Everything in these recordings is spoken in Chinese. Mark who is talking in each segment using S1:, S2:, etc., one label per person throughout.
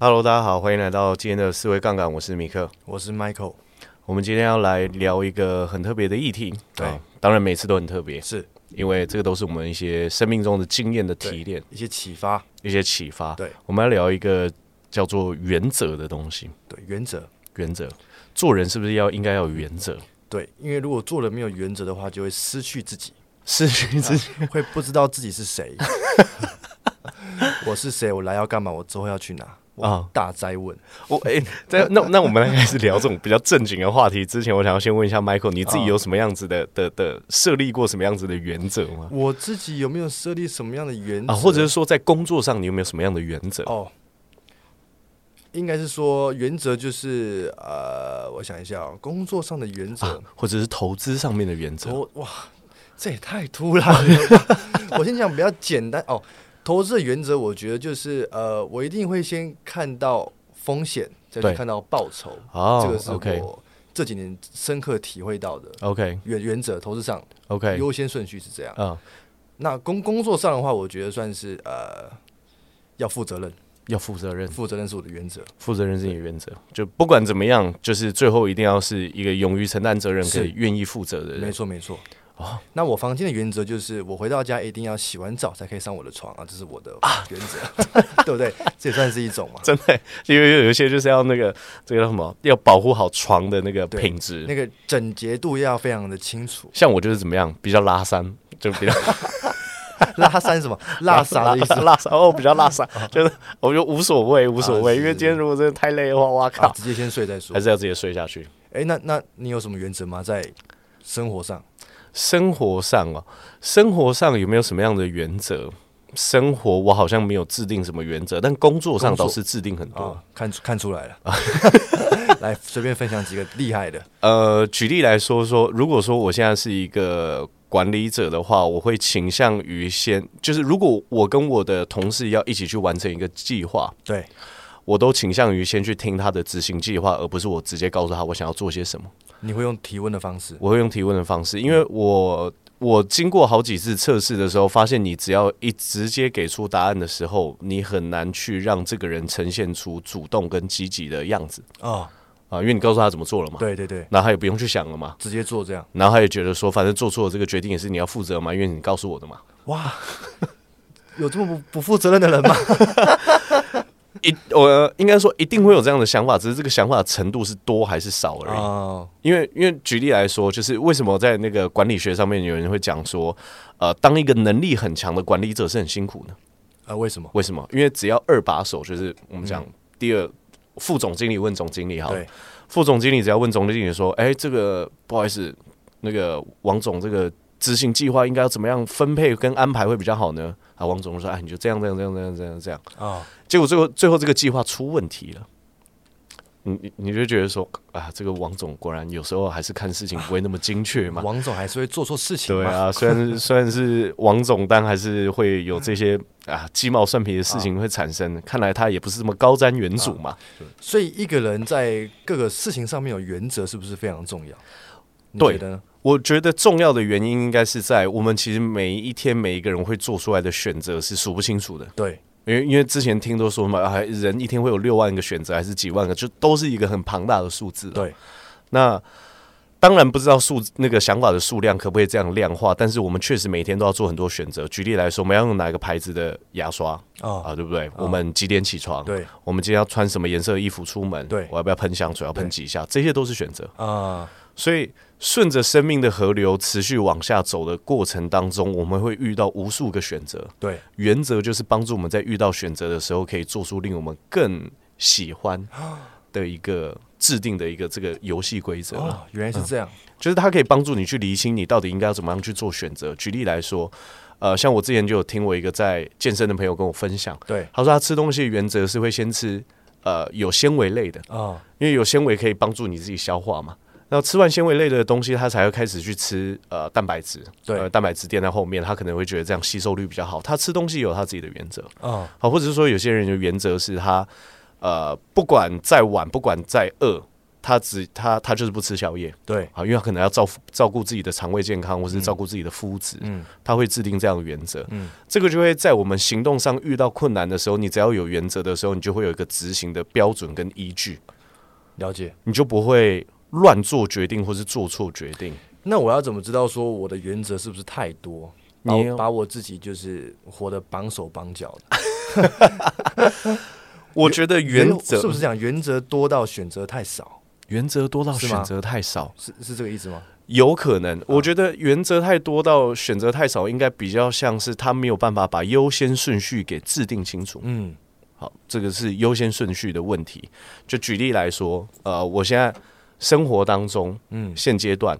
S1: Hello，大家好，欢迎来到今天的思维杠杆，我是米克。
S2: 我是 Michael，
S1: 我们今天要来聊一个很特别的议题，
S2: 对
S1: 啊当然每次都很特别，
S2: 是
S1: 因为这个都是我们一些生命中的经验的提炼，
S2: 一些启发，
S1: 一些启发。
S2: 对，
S1: 我们要聊一个叫做原则的东西。
S2: 对原则，
S1: 原则，做人是不是要应该要有原则？
S2: 对，因为如果做人没有原则的话，就会失去自己，
S1: 失去自己。
S2: 会不知道自己是谁， 我是谁，我来要干嘛，我之后要去哪，
S1: 啊
S2: 我大灾问。
S1: 我哎，在、那那我们来开始聊这种比较正经的话题之前，我想要先问一下 Michael，你自己有什么样子的、的的设立过什么样子的原则吗？
S2: 我自己有没有设立什么样的原则
S1: 啊，或者是说在工作上你有没有什么样的原则？
S2: 哦，应该是说原则就是呃，我想一下、哦，工作上的原则。
S1: 啊，或者是投资上面的原则。
S2: 投哇，这也太突然了吧。 我先讲比较简单哦，投资的原则，我觉得就是呃，我一定会先看到风险，再
S1: 对
S2: 去看到报酬。
S1: 哦
S2: 这个是
S1: OK
S2: 我这几年深刻体会到的
S1: OK
S2: 原原则。投资上
S1: OK，
S2: 优先顺序是这样。
S1: 嗯，
S2: 那工工作上的话，我觉得算是呃。要负责任，
S1: 要负责任，
S2: 负责任是我的原则。
S1: 负责任是你的原则。就不管怎么样，就是最后一定要是一个勇于承担责任、
S2: 是
S1: 可以愿意负责的
S2: 没
S1: 人。
S2: 错，没错。哦，那我房间的原则就是，我回到家一定要洗完澡才可以上我的床啊，这是我的原则， 对不对？这也算是一种嘛。
S1: 真的， 因为有一些就是要那个这个叫什么，要保护好床的那个
S2: 对
S1: 品质。。
S2: 那个整洁度要非常的清楚
S1: 像我就是怎么样，比较拉三，就比较
S2: 拉三 什么？ 拉撒的意思？
S1: 拉撒哦，比较拉撒，就是我就无所谓，无所
S2: 啊
S1: 谓，
S2: 是
S1: 因为今天如果真的太累的话，哇
S2: 啊
S1: 靠，，
S2: 直接先睡再说
S1: 还。是要直接睡下去。
S2: 哎，那那你有什么原则吗？在生活上，
S1: 生活上哦，生活上有没有什么样的原则？生活我好像没有制定什么原则，但工作上
S2: 工作
S1: 倒是制定很多。
S2: 啊，看出看出来 了。来，随便分享几个厉害的。
S1: 呃，举例来说说，如果说我现在是一个管理者的话，我会倾向于先，就是如果我跟我的同事要一起去完成一个计划，
S2: 对，
S1: 我都倾向于先去听他的执行计划，而不是我直接告诉他我想要做些什么。
S2: 你会用提问的方式。
S1: 我会用提问的方式，因为我我经过好几次测试的时候，发现你只要一直接给出答案的时候，你很难去让这个人呈现出主动跟积极的样子
S2: 哦，
S1: 啊，因为你告诉他怎么做了嘛，
S2: 对对对，
S1: 那他也不用去想了嘛，
S2: 直接做这样。
S1: 然后他也觉得说，反正做错了这个决定也是你要负责嘛，因为你告诉我的嘛。
S2: 哇， 有这么不不负责任的人吗？
S1: 一我、呃应该说一定会有这样的想法，只是这个想法的程度是多还是少而已。
S2: 哦，
S1: 因为因为举例来说，就是为什么在那个管理学上面有人会讲说，呃，当一个能力很强的管理者是很辛苦的。
S2: 呃，为什么？
S1: 为什么？因为只要二把手，就是我们讲第二副总经理问总经理好了
S2: 对，
S1: 副总经理只要问总经理说：“哎、这个不好意思，那个王总这个执行计划应该要怎么样分配跟安排会比较好呢？”啊，王总就说：“哎，你就这样这样这样这样这样这样。
S2: 哦，”
S1: 结果最后最后这个计划出问题了。你你你就觉得说啊，这个王总果然有时候还是看事情不会那么精确嘛。
S2: 王总还是会做错事情
S1: 对
S2: 嘛？
S1: 啊，虽然 是虽然是王总，但还是会有这些啊鸡毛蒜皮的事情
S2: 啊
S1: 会产生。看来他也不是这么高瞻远瞩嘛。
S2: 所以一个人在各个事情上面有原则，是不是非常重要？你
S1: 对
S2: 觉得呢？
S1: 我觉得重要的原因应该是在我们其实每一天每一个人会做出来的选择是数不清楚的，
S2: 对，
S1: 因为因为之前听都说嘛，啊人一天会有六万个选择还是几万个，就都是一个很庞大的数字。
S2: 对，
S1: 那当然不知道数那个想法的数量可不可以这样量化，但是我们确实每天都要做很多选择。举例来说，我们要用哪个牌子的牙刷
S2: 哦，
S1: 啊，对不对？我们几点起床？
S2: 对，
S1: 我们今天要穿什么颜色的衣服出门？
S2: 对
S1: 我要不要喷香水？要喷几下？这些都是选择。
S2: 啊，
S1: 所以顺着生命的河流持续往下走的过程当中，我们会遇到无数个选择。
S2: 对，
S1: 原则就是帮助我们在遇到选择的时候，可以做出令我们更喜 欢的一个制定的一个这个游戏规则了。
S2: 哦，原来是这样，
S1: 就是它可以帮助你去厘清你到底应该要怎么样去做选择。举例来说，呃，像我之前就有听我一个在健身的朋友跟我分享，
S2: 对，
S1: 他说他吃东西的原则是会先吃呃有纤维类的，
S2: 哦，
S1: 因为有纤维可以帮助你自己消化嘛。然后吃完纤维类的东西，他才会开始去吃呃蛋白质，
S2: 对
S1: 呃蛋白质垫在后面，他可能会觉得这样吸收率比较好。他吃东西有他自己的原则，
S2: 哦，
S1: 呃好，或者是说有些人的原则是他呃不管再晚，不管再饿，他只他他就是不吃宵夜
S2: 对，
S1: 啊，因为他可能要照照顾自己的肠胃健康，或是照顾自己的肤质，
S2: 嗯
S1: 他会制定这样的原则。
S2: 嗯
S1: 这个就会在我们行动上遇到困难的时候，你只要有原则的时候，你就会有一个执行的标准跟依据，
S2: 了解。
S1: 你就不会乱做决定或是做错决定。
S2: 那我要怎么知道说我的原则是不是太多？把
S1: 你
S2: 我把我自己就是活得绑手绑脚
S1: 啊
S2: 的，
S1: 我觉得原则
S2: 是不是这样？原则多到选择太少，
S1: 原则多到
S2: 是吗
S1: 选择太少，
S2: 是是这个意思吗？
S1: 有可能。我觉得原则太多到选择太少，应该比较像是他没有办法把优先顺序给制定清楚。
S2: 嗯，
S1: 好，这个是优先顺序的问题。就举例来说，呃，我现在生活当中，嗯，
S2: 嗯
S1: 现阶段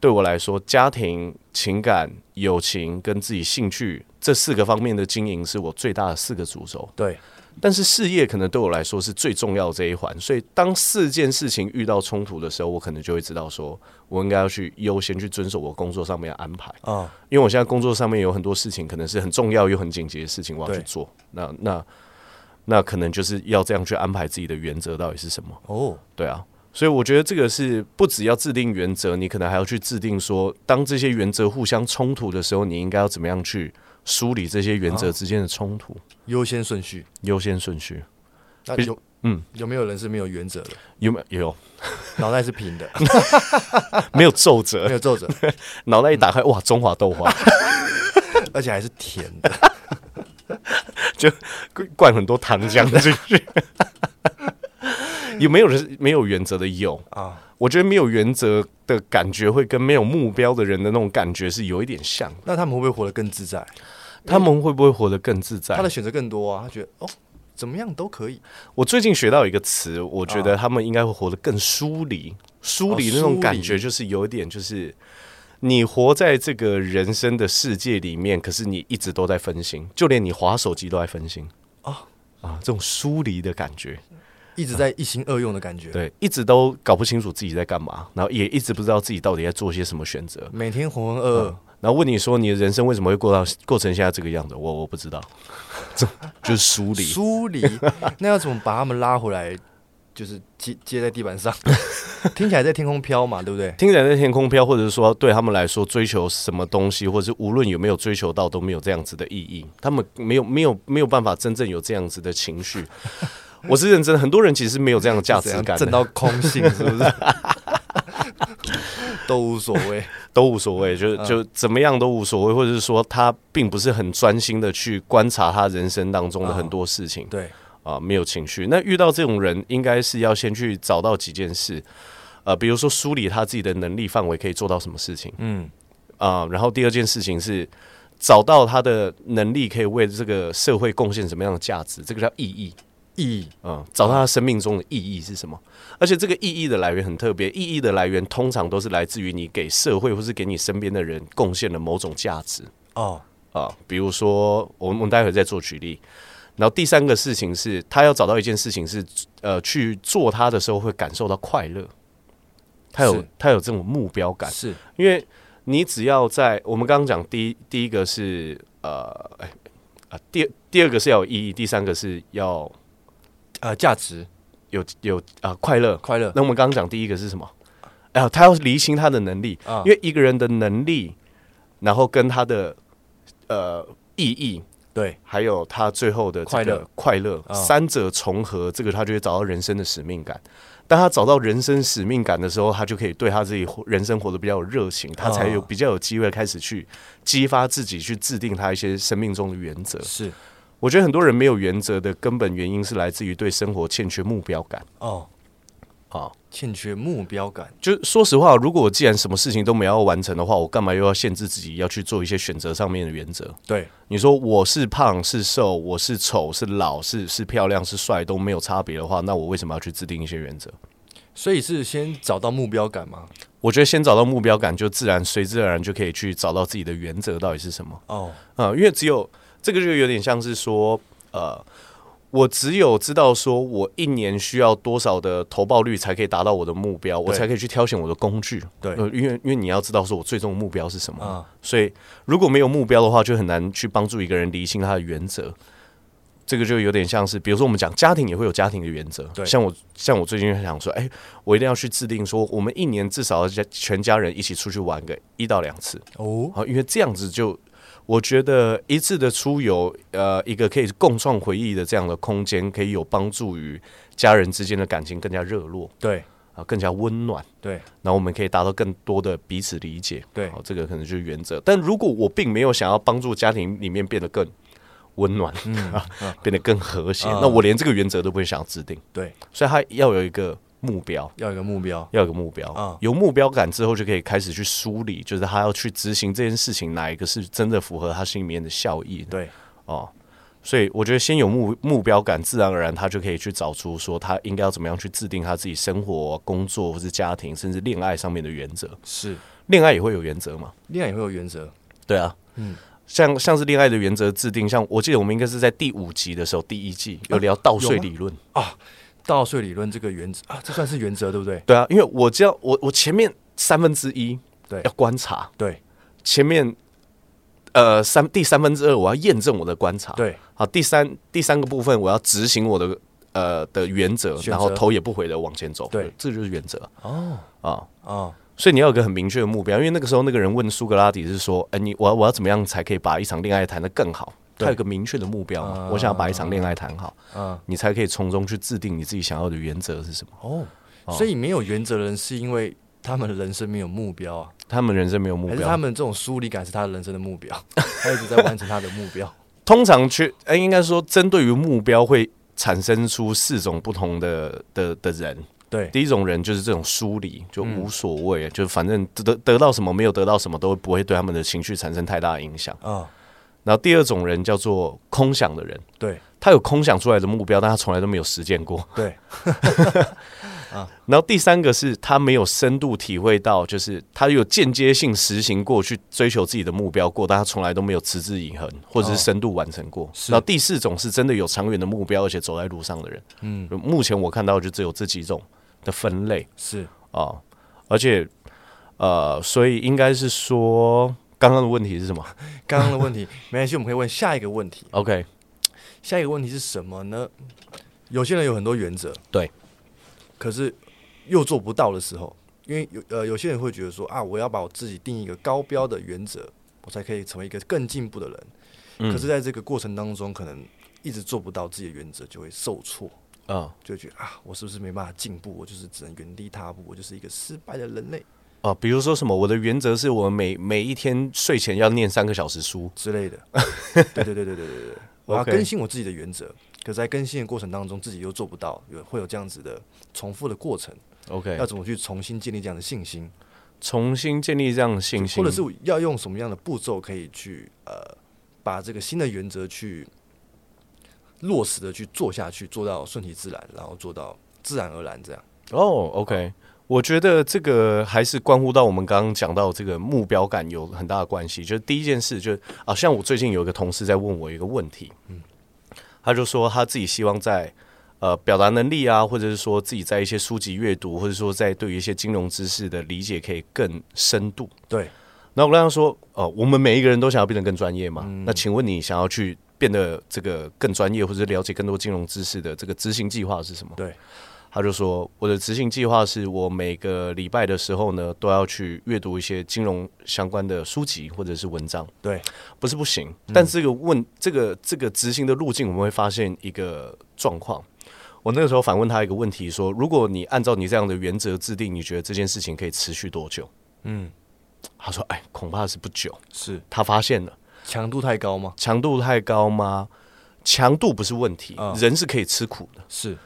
S1: 对我来说，家庭、情感、友情跟自己兴趣这四个方面的经营是我最大的四个主轴。
S2: 对，
S1: 但是事业可能对我来说是最重要的这一环，所以当四件事情遇到冲突的时候，我可能就会知道说，我应该要去优先去遵守我工作上面的安排，
S2: 啊、
S1: 因为我现在工作上面有很多事情可能是很重要又很紧急的事情，我要去
S2: 对
S1: 做。那那那可能就是要这样去安排自己的原则到底是什么？
S2: 哦，
S1: 对啊，所以我觉得这个是不只要制定原则，你可能还要去制定说，当这些原则互相冲突的时候，你应该要怎么样去梳理这些原则之间的冲突，
S2: 优先顺序。
S1: 优先顺序。
S2: 那
S1: 比
S2: 有
S1: 嗯，
S2: 有没有人是没有原则的，
S1: 有没有有
S2: 脑袋是平的，
S1: 没有皱
S2: 没
S1: 褶？
S2: 有皱褶，
S1: 脑袋一打开，哇，中华豆花
S2: 而且还是甜的？
S1: 灌很多糖浆进去。有没有人没有原则的？有
S2: 啊
S1: 我觉得没有原则的感觉会跟没有目标的人的那种感觉是有一点像。
S2: 那他们会不会活得更自在？
S1: 哎他们会不会活得更自在？
S2: 他的选择更多啊，他觉得哦，怎么样都可以，
S1: 我最近学到一个词，我觉得他们应该会活得更疏离。疏离
S2: 啊哦
S1: 那种感
S2: 疏
S1: 觉
S2: 离
S1: 就是有一点，就是你活在这个人生的世界里面，可是你一直都在分心，就连你划手机都在分心
S2: 哦
S1: 啊，这种疏离的感觉，
S2: 一直在一心二用的感觉。，
S1: 对，一直都搞不清楚自己在干嘛，然后也一直不知道自己到底在做些什么选择。
S2: 每天浑浑噩噩，
S1: 然后问你说你的人生为什么会过到过成现在这个样子？我我不知道， 这就是疏离。
S2: 疏离， 那要怎么把他们拉回来？就是接接在地 板上，听起来在天空飘嘛，对不对？
S1: 听起来在天空飘，或者是说对他们来说追求什么东西，或者是无论有没有追求到都没有这样子的意义，他们没有没有没有办法真正有这样子的情绪。我是认真的，很多人其实没有这样的价值
S2: 怎样
S1: 感的，
S2: 震到空性 是不是？ 都无所谓，
S1: 都无所谓，
S2: 嗯
S1: 就就怎么样都无所谓，或者是说他并不是很专心的去观察他人生当
S2: 嗯
S1: 中的很多事情。
S2: 对，
S1: 啊，没有情绪。那遇到这种人，应该是要先去找到几件事，呃，比如说梳理他自己的能力范围可以做到什么事情
S2: 嗯，
S1: 啊、然后第二件事情是找到他的能力可以为这个社会贡献什么样的价值，这个叫意义。
S2: 意义
S1: 嗯，找到他生命中的意义是什么？而且这个意义的来源很特别，意义的来源通常都是来自于你给社会或是给你身边的人贡献了某种价值。
S2: 哦，
S1: 啊，比如说我们我们待会再做举例。然后第三个事情是，他要找到一件事情是，呃，去做他的时候会感受到快乐，他有
S2: 是
S1: 他有这种目标感，
S2: 是
S1: 因为你只要在我们刚刚讲第一第一个是呃哎啊第二第二个是要有意义，第三个是要
S2: 呃，价值
S1: 有有啊、快乐。
S2: 快乐
S1: 那我们刚刚讲第一个是什么？哎、呀，他要厘清他的能力，
S2: 啊
S1: 因为一个人的能力，然后跟他的呃意义，
S2: 对，
S1: 还有他最后的这
S2: 快
S1: 个
S2: 乐
S1: 快乐，
S2: 啊
S1: 三者重合，这个他就会找到人生的使命感。当他找到人生使命感的时候，他就可以对他自己活人生活得比较有热情，他才有
S2: 啊
S1: 比较有机会开始去激发自己，去制定他一些生命中的原则。
S2: 是
S1: 我觉得很多人没有原则的根本原因是来自于对生活欠缺目标感
S2: 哦，
S1: 啊。
S2: 欠缺目标感，
S1: 就说实话，如果我既然什么事情都没有要完成的话，我干嘛又要限制自己要去做一些选择上面的原则？
S2: 对，
S1: 你说我是胖是瘦，我是丑是老是是漂亮是帅都没有差别的话，那我为什么要去制定一些原则？
S2: 所以是先找到目标感吗？
S1: 我觉得先找到目标感，就自然随之而然就可以去找到自己的原则到底是什么。
S2: 哦，
S1: 啊、因为只有这个就有点像是说，呃，我只有知道说我一年需要多少的投报率才可以达到我的目标，我
S2: 对
S1: 才可以去挑选我的工具。
S2: 对
S1: 呃因为因为你要知道说我最终的目标是什么，
S2: 啊
S1: 所以如果没有目标的话，就很难去帮助一个人理清他的原则。这个就有点像是，比如说我们讲家庭也会有家庭的原则，
S2: 对
S1: 像我像我最近就想说，哎、我一定要去制定说，我们一年至少要家全家人一起出去玩个一到两次，
S2: 哦，
S1: 好，因为这样子就。我觉得一次的出游，呃，一个可以共创回忆的这样的空间，可以有帮助于家人之间的感情更加热络
S2: 对
S1: 啊，更加温暖。
S2: 对
S1: 然后我们可以达到更多的彼此理解。
S2: 对
S1: 好，这个可能就是原则。但如果我并没有想要帮助家庭里面变得更温暖， 啊变得更和谐，
S2: 嗯
S1: 那我连这个原则都不会想要制定。
S2: 对，
S1: 所以它要有一个目标，
S2: 要有个目标，
S1: 要有个目标。
S2: 嗯
S1: 有目标感之后，就可以开始去梳理，就是他要去执行这件事情，哪一个是真的符合他心里面的效益的
S2: 对
S1: 哦。所以我觉得先有目目标感，自然而然他就可以去找出说他应该要怎么样去制定他自己生活、工作或是家庭，甚至恋爱上面的原则。
S2: 是。
S1: 恋爱也会有原则嘛？
S2: 恋爱也会有原则，
S1: 对啊，
S2: 嗯
S1: 嗯，像像是恋爱的原则制定，像我记得我们应该是在第五集的时候，第一季有聊稻
S2: 啊有
S1: 穗
S2: 吗
S1: 理论。
S2: 稻穗理论这个原则啊，这算是原则对不对？
S1: 对啊，因为我知道我我前面三分之一
S2: 对
S1: 要观察，
S2: 对
S1: 前面呃三第三分之二我要验证我的观察，，
S2: 对
S1: 好，第三第三个部分我要执行我的呃的原则，
S2: 选择
S1: 然后头也不回的往前走，
S2: 对
S1: 这就是原则
S2: 哦
S1: 啊。
S2: 哦
S1: 所以你要有个很明确的目标，因为那个时候那个人问苏格拉底是说，哎、你我我要怎么样才可以把一场恋爱谈得更好？
S2: 对
S1: 他有个明确的目标嘛，
S2: 啊
S1: 我想要把一场恋爱谈好，
S2: 嗯
S1: 你才可以从中去制定你自己想要的原则是什么。
S2: 哦，所以没有原则的人是因为他们的人生没有目标啊，
S1: 他们人生没有目
S2: 还是他
S1: 标，
S2: 们这种疏离感是他的人生的目标， 他一直在完成他的目标。
S1: 通常去，哎、应该说针对于目标会产生出四种不同的的的人。
S2: 对嗯
S1: 第一种人就是这种疏离，就无所谓，就反正得得到什么没有得到什么都不会对他们的情绪产生太大的影响。
S2: 啊，
S1: 然后第二种人叫做空想的人，
S2: 对
S1: 他有空想出来的目标，但他从来都没有实践过。
S2: 对
S1: 然后第三个是他没有深度体会到，就是他有间接性实行过去追求自己的目标过，但他从来都没有持之以恒，或者是深度完成过。
S2: 是
S1: 然后第四种是真的有长远的目标，而且走在路上的人。
S2: 嗯，
S1: 目前我看到就只有这几种的分类
S2: 是
S1: 啊、而且呃，所以应该是说刚刚的问题是什么
S2: 刚刚的问题，没关系，我们可以问下一个问题。
S1: ？OK，
S2: 下一个问题是什么呢？有些人有很多原则，
S1: 对，
S2: 可是又做不到的时候，因为有呃有些人会觉得说啊，我要把我自己定一个高标的原则，我才可以成为一个更进步的人。
S1: 嗯
S2: 可是在这个过程当中，可能一直做不到自己的原则，就会受挫，
S1: 啊
S2: 就会觉得啊，我是不是没办法进步？我就是只能原地踏步，我就是一个失败的人类
S1: 啊，比如说什么？我的原则是我每每一天睡前要念三个小时书。
S2: 之类 的。对对对对对对对， 我要
S1: OK
S2: 更新我自己的原则。可是在更新的过程当中，自己又做不到，有会有这样子的重复的过程。
S1: OK，
S2: 要怎么去重新建立这样的信心，
S1: 重新建立这样的信心，
S2: 或者是要用什么样的步骤可以去呃把这个新的原则去落实的去做下去，做到顺其自然，然后做到自然而然这样。
S1: 哦，OK，我觉得这个还是关乎到我们刚刚讲到这个目标感有很大的关系。就是第一件事，就是啊，像我最近有一个同事在问我一个问题，嗯，他就说他自己希望在呃表达能力啊，或者是说自己在一些书籍阅读，或者说在对于一些金融知识的理解可以更深度。
S2: 对，
S1: 那我跟他说，呃，我们每一个人都想要变得更专业嘛。
S2: 嗯
S1: 那请问你想要去变得这个更专业，或者了解更多金融知识的这个执行计划是什么？
S2: 对，
S1: 他就说我的执行计划是我每个礼拜的时候呢，都要去阅读一些金融相关的书籍或者是文章，
S2: 对，
S1: 不是不行。但这个问这个这个执行的路径，我们会发现一个状况。我那个时候反问他一个问题说：如果你按照你这样的原则制定，你觉得这件事情可以持续多久？
S2: 嗯，
S1: 他说：哎，恐怕是不久。
S2: 是
S1: 他发现了
S2: 强度太高吗？
S1: 强度太高吗？强度不是问题，
S2: 嗯
S1: 人是可以吃苦的。
S2: 是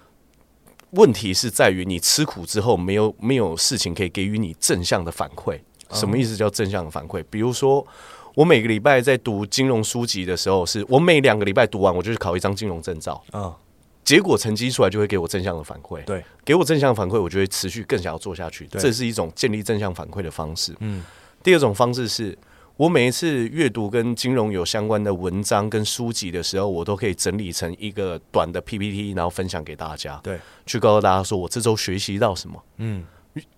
S1: 问题是在于你吃苦之后，没有没有事情可以给予你正向的反馈。什么意思叫正向的反馈？比如说，我每个礼拜在读金融书籍的时候，是我每两个礼拜读完，我就去考一张金融证照，
S2: 啊、
S1: 结果成绩出来就会给我正向的反馈。
S2: 对，
S1: 给我正向反馈，我就会持续更想要做下去。
S2: 对
S1: 这是一种建立正向反馈的方式。
S2: 嗯，
S1: 第二种方式是我每一次阅读跟金融有相关的文章跟书籍的时候，我都可以整理成一个短的 PPT，然后分享给大家，
S2: 对，
S1: 去告诉大家说我这周学习到什么。
S2: 嗯，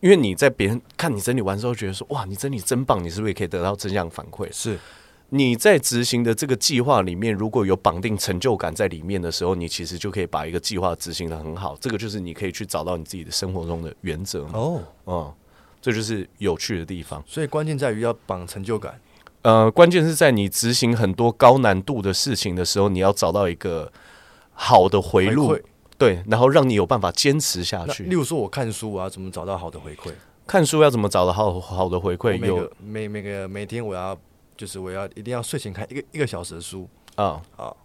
S1: 因为你在别人看你整理完之后，觉得说哇，你整理真棒，你是不是也可以得到正向反馈？
S2: 是
S1: 你在执行的这个计划里面，如果有绑定成就感在里面的时候，你其实就可以把一个计划执行的很好。这个就是你可以去找到你自己的生活中的原则嘛。
S2: 哦，
S1: 嗯，这就是有趣的地方。
S2: 所以关键在于要绑成就感。
S1: 呃，关键是在你执行很多高难度的事情的时候，你要找到一个好的回路，
S2: 回馈
S1: 对，然后让你有办法坚持下
S2: 那
S1: 去。
S2: 例如说，我看书啊，怎么找到好的回馈？
S1: 看书要怎么找到好好的回馈？
S2: 我每
S1: 有
S2: 个每每个每天我要就是我要一定要睡前看一个一个小时的书。
S1: 啊
S2: 好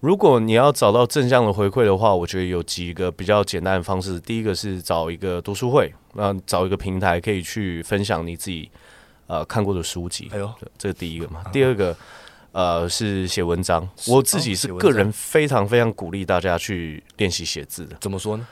S1: 如果你要找到正向的回馈的话，我觉得有几个比较简单的方式。第一个是找一个读书会，那找一个平台可以去分享你自己呃看过的书籍，
S2: 哎呦，
S1: 这第一个嘛。第二个呃是写文章，我自己是
S2: 写文
S1: 个
S2: 章
S1: 人非常非常鼓励大家去练习写字的。
S2: 怎么说呢？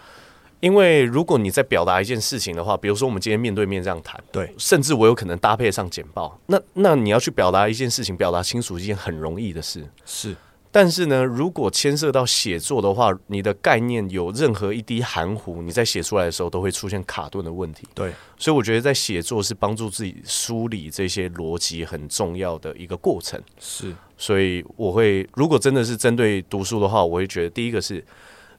S1: 因为如果你在表达一件事情的话，比如说我们今天面对面这样谈，
S2: 对，
S1: 甚至我有可能搭配上简报，那那你要去表达一件事情，表达清楚是一件很容易的事。
S2: 是
S1: 但是呢，如果牵涉到写作的话，你的概念有任何一滴含糊，你在写出来的时候都会出现卡顿的问题。
S2: 对，
S1: 所以我觉得在写作是帮助自己梳理这些逻辑很重要的一个过程。
S2: 是
S1: 所以我会，如果真的是针对读书的话，我会觉得第一个是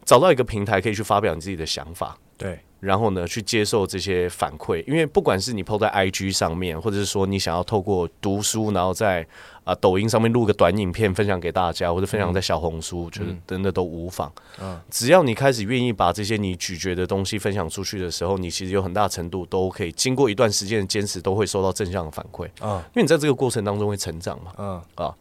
S1: 找到一个平台可以去发表你自己的想法。
S2: 对，
S1: 然后呢，去接受这些反馈，因为不管是你 PO 在 IG 上面，或者是说你想要透过读书，然后在啊、抖音上面录个短影片分享给大家，或者分享在小红书，我觉得真的都无妨。
S2: 嗯
S1: 只要你开始愿意把这些你咀嚼的东西分享出去的时候，你其实有很大程度都可以经过一段时间的坚持，都会收到正向的反馈，
S2: 啊
S1: 因为你在这个过程当中会成长嘛。
S2: 啊，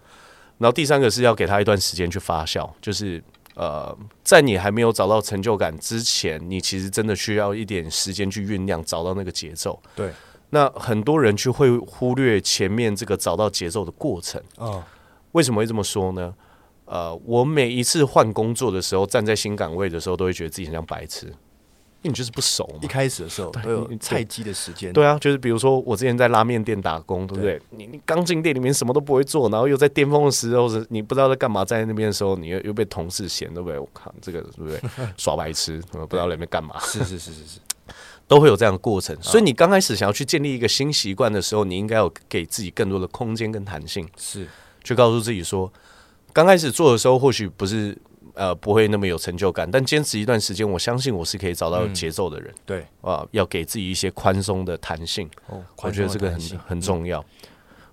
S1: 然后第三个是要给他一段时间去发酵，就是呃，在你还没有找到成就感之前，你其实真的需要一点时间去酝酿，找到那个节奏。
S2: 对
S1: 那很多人去会忽略前面这个找到节奏的过程，
S2: 啊，
S1: 为什么会这么说呢？呃，我每一次换工作的时候，站在新岗位的时候，都会觉得自己很像白痴，因为你就是不熟嘛
S2: 一。开始的时候都
S1: 你
S2: 有菜鸡的时间。
S1: 对啊，就是比如说我之前在拉面店打工，对不对？你你刚进店里面什么都不会做，然后又在巅峰的时候，是你不知道在干嘛，在那边的时候，你又又被同事嫌，对不对？我靠，这个对不对？耍白痴，不知道在那边干嘛，
S2: 是是是是是，
S1: 都会有这样的过程。所以你刚开始想要去建立一个新习惯的时候，你应该有给自己更多的空间跟弹性，
S2: 是
S1: 去告诉自己说，刚开始做的时候或许不是呃不会那么有成就感，但坚持一段时间，我相信我是可以找到节奏的人。
S2: 对
S1: 啊，要给自己一些宽松的弹性，
S2: 哦，
S1: 我觉得这个
S2: 宽
S1: 很
S2: 松的弹性嗯
S1: 很重要。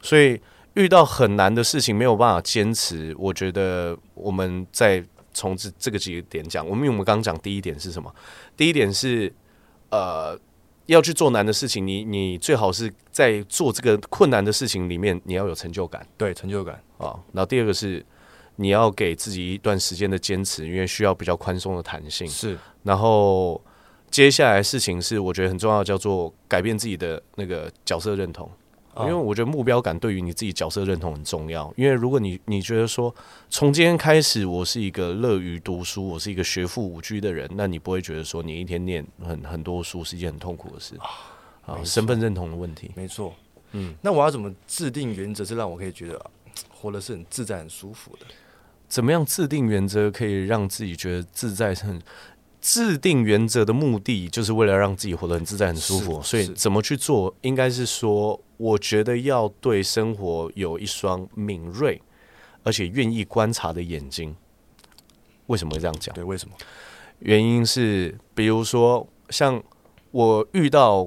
S1: 所以遇到很难的事情没有办法坚持，我觉得我们再从这这个几个点讲，我们因为我们刚刚讲第一点是什么？第一点是呃。要去做难的事情，你你最好是在做这个困难的事情里面，你要有成就感
S2: 对成就感。
S1: 啊。然后第二个是，你要给自己一段时间的坚持，因为需要比较宽松的弹性。
S2: 是
S1: 然后接下来的事情是我觉得很重要的，叫做改变自己的那个角色认同。因
S2: 哦
S1: 为我觉得目标感对于你自己角色认同很重要。因为如果你你觉得说从今天开始我是一个乐于读书，我是一个学富五居的人，那你不会觉得说你一天念很很多书是一件很痛苦的事啊，身份认同的问题。
S2: 没错，嗯，那我要怎么制定原则，是让我可以觉得啊活的是很自在、很舒服的？
S1: 怎么样制定原则可以让自己觉得自在很？制定原则的目的就是为了让自己活得很自在、很舒服，
S2: 是
S1: 所以
S2: 是
S1: 怎么去做，应该是说，我觉得要对生活有一双敏锐而且愿意观察的眼睛。为什么会这样讲？
S2: 对，为什么？
S1: 原因是，比如说，像我遇到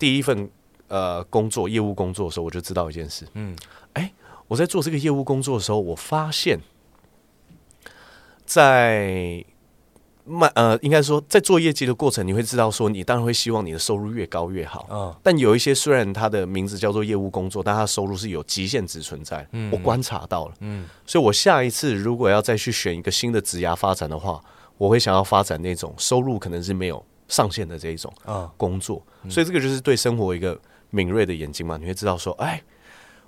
S1: 第一份呃工作业务工作的时候，我就知道一件事，
S2: 嗯，
S1: 我在做这个业务工作的时候，我发现，在慢呃，应该说在做业绩的过程，你会知道说，你当然会希望你的收入越高越好。
S2: 啊，
S1: 但有一些虽然它的名字叫做业务工作，但它的收入是有极限值存在。我观察到了，
S2: 嗯，
S1: 所以我下一次如果要再去选一个新的职涯发展的话，我会想要发展那种收入可能是没有上限的这一种。
S2: 啊，
S1: 工作，所以这个就是对生活一个敏锐的眼睛嘛，你会知道说，哎，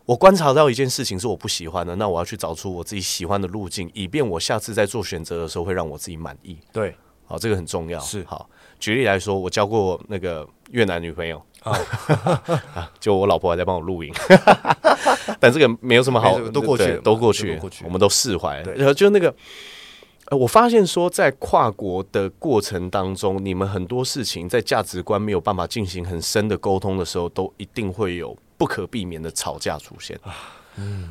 S1: 我观察到一件事情是我不喜欢的，那我要去找出我自己喜欢的路径，以便我下次在做选择的时候会让我自己满意。
S2: 对，
S1: 好，这个很重要。
S2: 是
S1: 好，举例来说，我交过那个越南女朋友。
S2: 啊
S1: 啊就我老婆还在帮我录音， 但这个没有什么
S2: 没
S1: 好
S2: 这，个都过去
S1: 对
S2: 了嘛
S1: 都过去
S2: 这
S1: 了
S2: 个过去，了
S1: 我们都释怀了。
S2: 对
S1: 然后就那个，呃我发现说，在跨国的过程当中，你们很多事情在价值观没有办法
S2: 啊
S1: 进行很深的沟通的时候，都一定会有不可避免的吵架出现。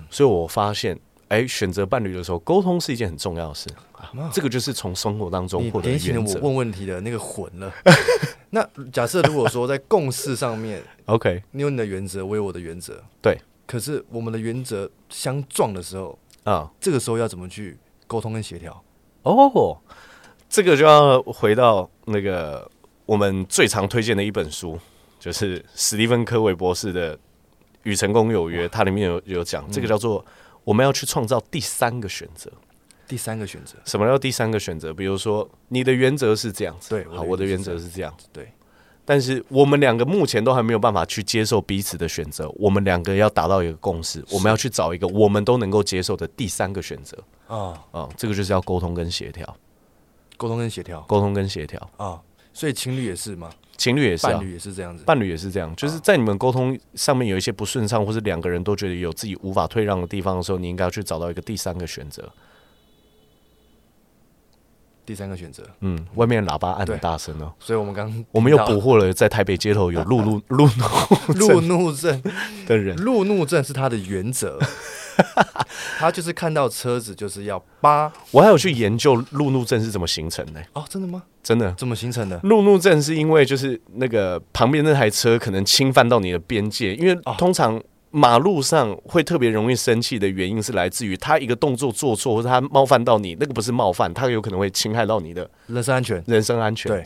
S1: 所以我发现，哎、选择伴侣的时候，沟通是一件很重要的事。
S2: 那
S1: 这个就是从生活当中
S2: 啊你
S1: 获得
S2: 点
S1: 的
S2: 醒了
S1: 原
S2: 我
S1: 则。
S2: 问问题的那个魂了。 那假设如果说在共识上面，
S1: OK，
S2: 你有你的原则，我有我的原则，
S1: 对，
S2: 可是我们的原则相撞的时候，
S1: 啊、
S2: 这个时候要怎么去沟通跟协调？
S1: 哦，这个就要回到那个我们最常推荐的一本书，就是史蒂芬·科维博士的《与成功有约》，它里面有有讲，这个叫做我们要去创造第三个选择。
S2: 第三个选择，
S1: 什么叫第三个选择？比如说，你的原则是这样子，
S2: 对
S1: 好，
S2: 我
S1: 我的
S2: 的原
S1: 原
S2: 则
S1: 则是这样，
S2: 对。
S1: 但是我们两个目前都还没有办法去接受彼此的选择，我们两个要达到一个共识，我们要去找一个我们都能够接受的第三个选择
S2: 啊、
S1: 啊、这个就是要沟通跟协调，
S2: 沟通跟协调啊、
S1: 沟通跟协调，
S2: 所以情侣也是嘛，
S1: 情侣也啊是、啊
S2: 伴，侣啊也是这样子。
S1: 伴侣也是这样，就是在你们沟通上面有一些不顺畅，或是两个人都觉得有自己无法退让的地方的时候，你应该要去找到一个第三个选择。
S2: 第三个选择，
S1: 嗯，外面喇叭按
S2: 对
S1: 的大声哦，
S2: 所以我们刚
S1: 我们又
S2: 听
S1: 捕获了在台北街头有路路路
S2: 到路怒症，
S1: 的人。
S2: 路怒症是他的原则， 他就是看到车子就是要扒
S1: 我还有去研究路怒症是怎么形成的、
S2: 哦，真的吗？
S1: 真的。
S2: 怎么形成的？
S1: 路怒症是因为就是那个旁边那台车可能侵犯到你的边界，因为
S2: 哦
S1: 通常马路上会特别容易生气的原因是来自于他一个动作做错，或者他冒犯到你，那个不是冒犯，他有可能会侵害到你的
S2: 人身安全，
S1: 人身安全。
S2: 对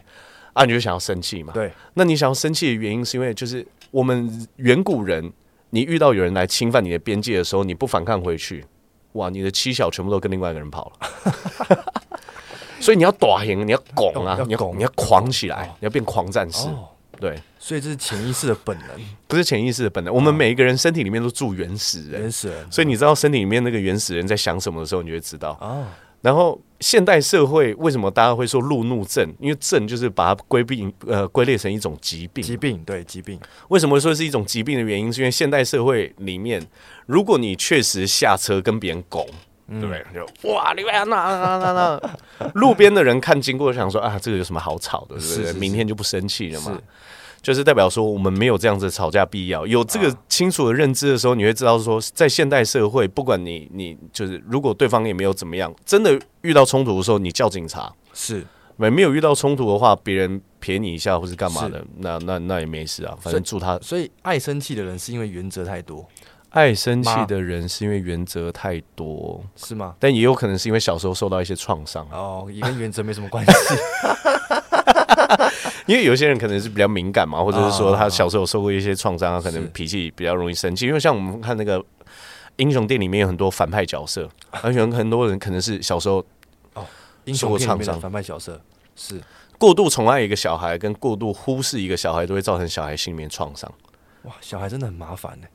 S1: 啊，你就想要生气嘛？
S2: 对，
S1: 那你想要生气的原因是因为就是我们远古人，你遇到有人来侵犯你的边界的时候，你不反抗回去，哇，你的妻小全部都跟另外一个人跑了。 所以你要打赢，你要拱啊
S2: 要，
S1: 你
S2: 拱
S1: 要你要狂起来，你要变狂战士。
S2: 哦，
S1: 对，
S2: 所以这是潜意识的本能，
S1: 不是潜意识的
S2: 哦
S1: 本能。我们每一个人身体里面都住原始人，
S2: 原始人
S1: 所以你知道身体里面那个原始人在想什么的时候，你就会知道。
S2: 啊，
S1: 然后现代社会为什么大家会说路怒症？因为症就是把它归并呃归类成一种疾病。
S2: 疾病对疾病，
S1: 为什么说是一种疾病的原因？是因为现代社会里面，如果你确实下车跟别人拱，对不对？
S2: 嗯
S1: 就哇，你那那那那那，路边的人看经过想说啊，这个有什么好吵的？对不对？
S2: 是是是
S1: 明天就不生气了嘛
S2: 是。
S1: 就是代表说，我们没有这样子吵架必要。有这
S2: 啊
S1: 个清楚的认知的时候，你会知道说，在现代社会，不管你你就是，如果对方也没有怎么样，真的遇到冲突的时候，你叫警察，
S2: 是，
S1: 没没有遇到冲突的话，别人撇你一下或是干嘛的，那那那也没事啊，反正祝他
S2: 所以爱生气的人是因为原则太多，
S1: 爱生气
S2: 妈
S1: 的人是因为原则太多，
S2: 是吗？
S1: 但也有可能是因为小时候受到一些创伤，啊
S2: 哦，也跟原则没什么关 系，
S1: 因为有些人可能是比较敏感嘛，或者是说
S2: 啊
S1: 他小时候受过一些创伤，他可
S2: 是
S1: 能脾气比较容易生气。因为像我们看那个英雄电影里面有很多反派角色，而且很多人可能是小时候
S2: 英雄
S1: 受过
S2: 片里面的
S1: 创伤
S2: 反派角色是
S1: 过度宠爱一个小孩，跟过度忽视一个小孩，都会造成小孩心里面创伤。
S2: 哇，小孩真的很麻烦呢。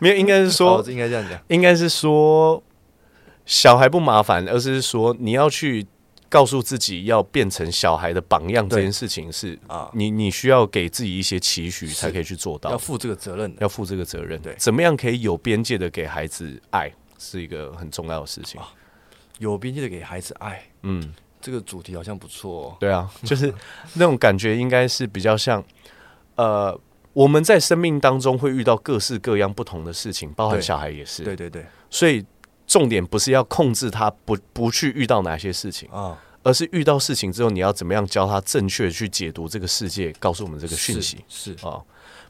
S1: 没有，应该是
S2: 哦
S1: 说，
S2: 这应该这样讲，
S1: 应该是说小孩不麻烦，而是说你要去告诉自己要变成小孩的榜样这件事情是
S2: 啊
S1: 你你需要给自己一些期许才可以去做
S2: 要
S1: 到，
S2: 负这个责任的。
S1: 要负这个责任。
S2: 对
S1: 怎么样可以有边界的给孩子爱，是一个很重要的事
S2: 啊
S1: 情。
S2: 有边界的给孩子爱，
S1: 嗯，
S2: 这个主题好像不错哦。
S1: 对啊， 就是那种感觉，应该是比较像呃。我们在生命当中会遇到各式各样不同的事情，包含
S2: 对
S1: 小孩也是。
S2: 对对对，
S1: 所以重点不是要控制他不不去遇到哪些事情，
S2: 啊，
S1: 而是遇到事情之后，你要怎么样教他正确地去解读这个世界，告诉我们这
S2: 这
S1: 个讯息
S2: 是
S1: 啊、哦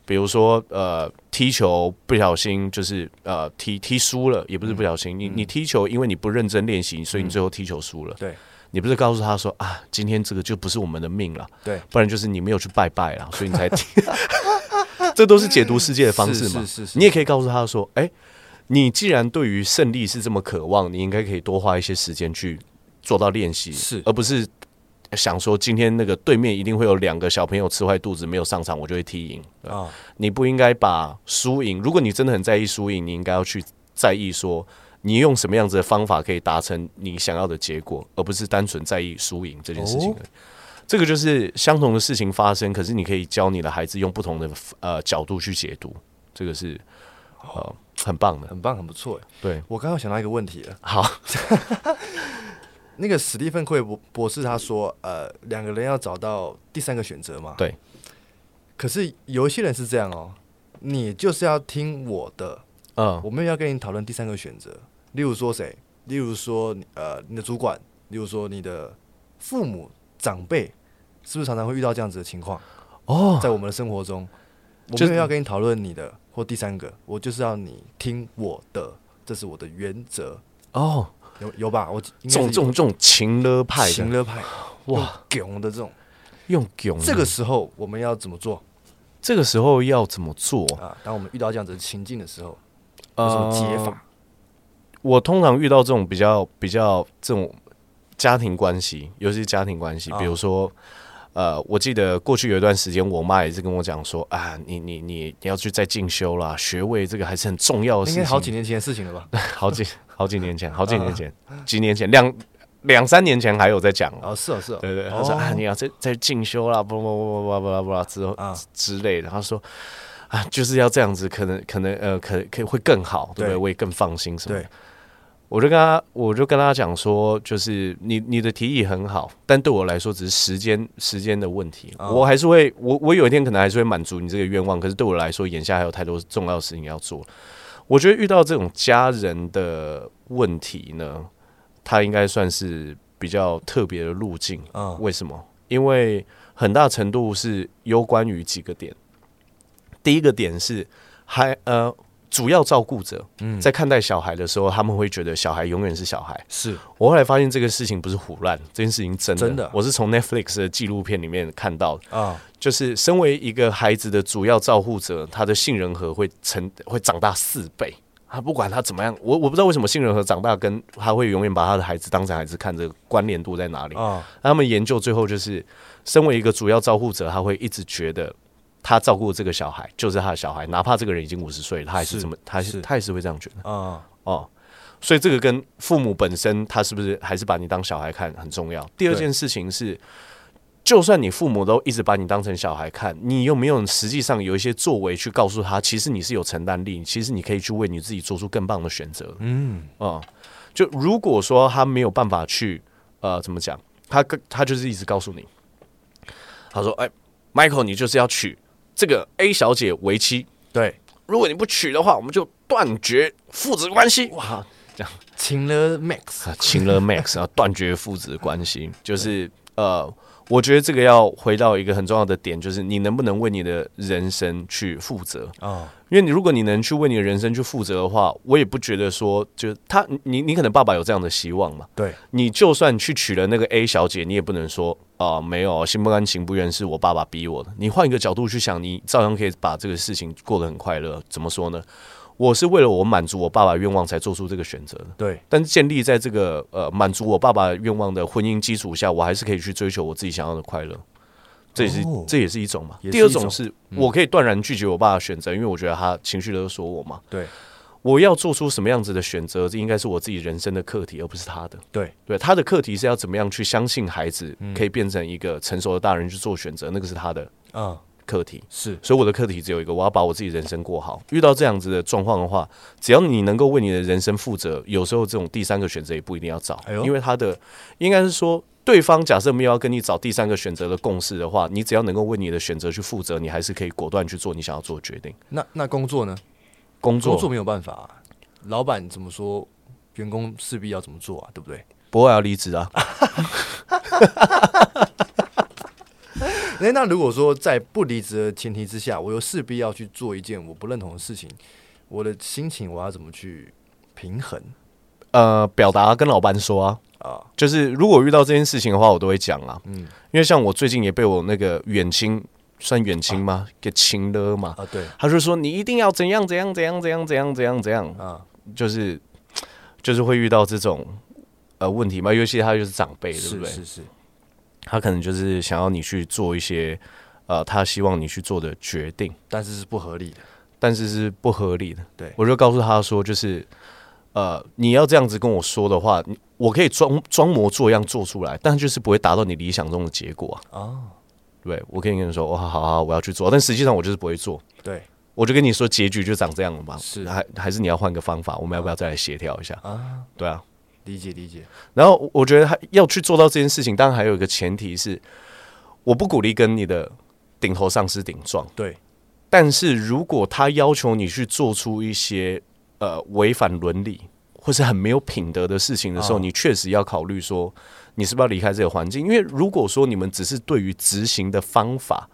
S1: 比如说，呃，踢球不小心就是呃踢踢输了，也不是不小心，你你踢球，因为你不认真练习，所以你最后踢球输了。
S2: 对
S1: 你不是告诉他说啊，今天这个就不是我们的命了，
S2: 对，
S1: 不然就是你没有去拜拜啦，所 以你才听。这都是解读世界的方式嘛。
S2: 是是是是
S1: 你也可以告诉他说，哎、你既然对于胜利是这么渴望，你应该可以多花一些时间去做到练习，
S2: 是
S1: 而不是想说今天那个对面一定会有两个小朋友吃坏肚子没有上场，我就会踢赢。
S2: 啊，
S1: 你不应该把输赢，如果你真的很在意输赢，你应该要去在意说。你用什么样子的方法可以达成你想要的结果，而不是单纯在意输赢这件事情
S2: 哦
S1: 而已。这个就是相同的事情发生，可是你可以教你的孩子用不同的呃角度去解读，这个是呃很棒的。
S2: 很棒，很不错哎。
S1: 对，
S2: 我刚刚想到一个问题了，
S1: 好，
S2: 那个史蒂芬·奎博博士他说，呃，两个人要找到第三个选择嘛。
S1: 对。
S2: 可是有一些人是这样哦，你就是要听我的，
S1: 嗯
S2: 我没有要跟你讨论第三个选择。例如说谁？例如说你呃你的主管，例如说你的父母长辈，是不是常常会遇到这样子的情况？
S1: 哦，
S2: 在我们的生活中，我
S1: 就
S2: 没有要跟你讨论你的或第三个，我就是要你听我的，这是我的原则。
S1: 哦，
S2: 有有吧？我应
S1: 这
S2: 该
S1: 种
S2: 是
S1: 这种这种情勒派
S2: 情
S1: 的，
S2: 乐派
S1: 哇，嗯
S2: 囧的这种，
S1: 用囧的
S2: 这个时候我们要怎么做
S1: 这个时候要怎么做？
S2: 啊？当我们遇到这样子的情境的时候，有什么解
S1: 哦呃
S2: 法？
S1: 我通常遇到这种比较比较这种家庭关系，尤其是家庭关系，
S2: 啊
S1: 比如说，呃，我记得过去有一段时间，我妈也是跟我讲说啊，你你你你要去再进修啦，学位这个还是很重要的
S2: 应
S1: 事
S2: 该
S1: 情。
S2: 好几年前的事情了吧？
S1: 好几好几年前，好几年前，
S2: 啊
S1: 几年前两两三年前还有在讲哦。
S2: 哦，是哦，是哦，
S1: 对对，
S2: 哦
S1: 他说、啊，你要再再进修啦，不不不不不不不啦之后、
S2: 啊
S1: 之类的。他说啊，就是要这样子，可能可能呃，可可以会更好，对不对？
S2: 对
S1: 我也更放心什么的。
S2: 对
S1: 我就跟他，我就跟他讲说，就是你你的提议很好，但对我来说只是时间时间的问题。
S2: 啊
S1: 我还是会，我我有一天可能还是会满足你这个愿望，可是对我来说，眼下还有太多重要的事情要做。我觉得遇到这种家人的问题呢，它应该算是比较特别的路径。
S2: 嗯
S1: 为什么？因为很大程度是攸关于几个点。第一个点是还呃，主要照顾者
S2: 嗯，
S1: 在看待小孩的时候，他们会觉得小孩永远是小孩。
S2: 是
S1: 我后来发现这个事情不是胡乱，这件事情真的。
S2: 真的
S1: 我是从 Netflix 的纪录片里面看到的，
S2: 啊，
S1: 就是身为一个孩子的主要照护者，他的杏仁核会成会长大四倍。他不管他怎么样，我我不知道为什么杏仁核长大跟他会永远把他的孩子当成孩子看，这个关联度在哪里？
S2: 啊，
S1: 他们研究最后就是，身为一个主要照顾者，他会一直觉得他照顾这个小孩就是他的小孩，哪怕这个人已经五十岁了，他还是
S2: 是
S1: 这么，他还是
S2: 是
S1: 他还是会这样觉得
S2: 啊，
S1: 哦。所以这个跟父母本身他是不是还是把你当小孩看很重要。第二
S2: 对
S1: 件事情是，就算你父母都一直把你当成小孩看，你有没有实际上有一些作为去告诉他，其实你是有承担力，其实你可以去为你自己做出更棒的选择的。
S2: 嗯，
S1: 哦、就如果说他没有办法去呃怎么讲，他跟他就是一直告诉你，他说：“哎，Michael，你就是要娶这个 A 小姐为妻，
S2: 对，
S1: 如果你不娶的话，我们就断绝父子关系。”哇，
S2: 请了 Max，
S1: 啊，请了 Max 啊，断绝父子关系，就是呃，我觉得这个要回到一个很重要的点，就是你能不能为你的人生去负责。
S2: 啊，
S1: 因为你如果你能去为你的人生去负责的话，我也不觉得说，就他你你可能爸爸有这样的希望嘛，
S2: 对，
S1: 你就算去娶了那个 A 小姐，你也不能说啊、没有，心不甘情不愿是我爸爸逼我的。你换一个角度去想，你照样可以把这个事情过得很快乐。怎么说呢？我是为了我满足我爸爸愿望才做出这个选择的，
S2: 对，
S1: 但是建立在这个呃满足我爸爸愿望的婚姻基础下，我还是可以去追求我自己想要的快乐。这也是、
S2: 哦
S1: 这也是一种嘛。
S2: 也是
S1: 第二
S2: 一
S1: 种
S2: 种嗯
S1: 是、我可以断然拒绝我爸的选择，因为我觉得他情绪勒索我嘛。
S2: 对，
S1: 我要做出什么样子的选择，这应该是我自己人生的课题，而不是他的。
S2: 对，
S1: 对他的课题是要怎么样去相信孩子
S2: 嗯
S1: 可以变成一个成熟的大人去做选择，那个是他的
S2: 啊，
S1: 课题。
S2: 是，
S1: 所以我的课题只有一个，我要把我自己人生过好。遇到这样子的状况的话，只要你能够为你的人生负责，有时候这种第三个选择也不一定要找，
S2: 哎呦
S1: 因为他的应该是说，对方假设没有要跟你找第三个选择的共识的话，你只要能够为你的选择去负责，你还是可以果断去做你想要做的决定。
S2: 那那工作呢？
S1: 工
S2: 工
S1: 作
S2: 作没有办法啊，老板怎么说，员工势必要怎么做啊，对不对？
S1: 不会要离职啊，
S2: 哎，那如果说在不离职的前提之下，我又势必要去做一件我不认同的事情，我的心情我要怎么去平衡
S1: 呃，表达跟老板说啊，
S2: 啊？
S1: 就是如果遇到这件事情的话，我都会讲啊，
S2: 嗯，
S1: 因为像我最近也被我那个远亲算远亲吗？给亲了嘛，
S2: 啊，对，
S1: 他就说你一定要怎样怎样怎样怎样怎样怎样怎样，
S2: 啊，
S1: 就是就是会遇到这种呃问题嘛，尤其他就是长辈，对不
S2: 是
S1: 对？
S2: 是是，
S1: 他可能就是想要你去做一些呃他希望你去做的决定，
S2: 但是是不合理的，
S1: 但是是不合理的。
S2: 对
S1: 我就告诉他说，就是呃你要这样子跟我说的话，你我可以装装模作样做出来，但就是不会达到你理想中的结果啊。
S2: 哦，
S1: 对，我可以跟你说，哇，好好好，我要去做，但实际上我就是不会做。
S2: 对
S1: 我就跟你说结局就长这样了嘛，
S2: 是
S1: 还还是你要换个方法，我们要不要再来协调一下？
S2: 啊，
S1: 对啊，
S2: 理解理解，
S1: 然后我我觉得还要去做到这件事情，当然还有一个前提是，我不鼓励跟你的顶头上司顶撞，
S2: 对，
S1: 但是如果他要求你去做出一些呃违反伦理或是很没有品德的事情的时候，
S2: 哦
S1: 你确实要考虑说你是不是要离开这个环境。因为如果说你们只是对于执行的方法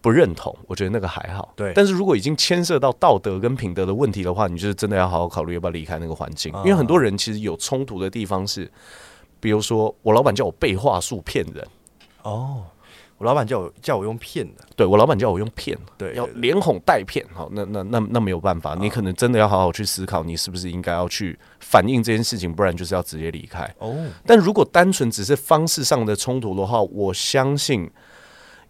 S1: 不认同，我觉得那个还好。
S2: 对
S1: 但是如果已经牵涉到道德跟品德的问题的话，你就是真的要好好考虑要不要离开那个环
S2: 哦
S1: 境。因为很多人其实有冲突的地方是，比如说我老板叫我背话术骗人。
S2: 哦，我老板叫我叫我用骗的，
S1: 对我老板叫我用骗，
S2: 对
S1: 要
S2: 对啊对
S1: 连哄带骗，好，那那那那没有办法，你可能真的要好好去思考，你是不是应该要去反映这件事情，不然就是要直接离开。
S2: 哦，
S1: 但如果单纯只是方式上的冲突的话，我相信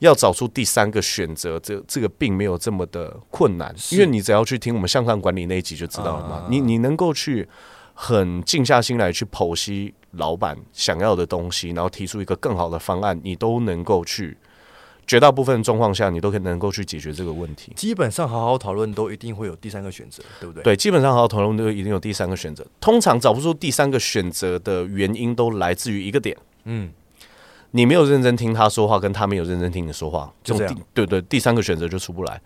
S1: 要找出第三个选择，这这个并没有这么的困难，因为你只要去听我们向上管理那一集就知道了嘛，你你能够去很静下心来去剖析老板想要的东西，然后提出一个更好的方案，你都能够去。绝大部分状况下，你都可以能够去解决这个问题。
S2: 基本上好好讨论都一定会有第三个选择，对不对？
S1: 对，基本上好好讨论都一定有第三个选择。通常找不出第三个选择的原因，都来自于一个点，
S2: 嗯，
S1: 你没有认真听他说话，跟他没有认真听你说话，
S2: 就这样
S1: 种第对对，第三个选择就出不来。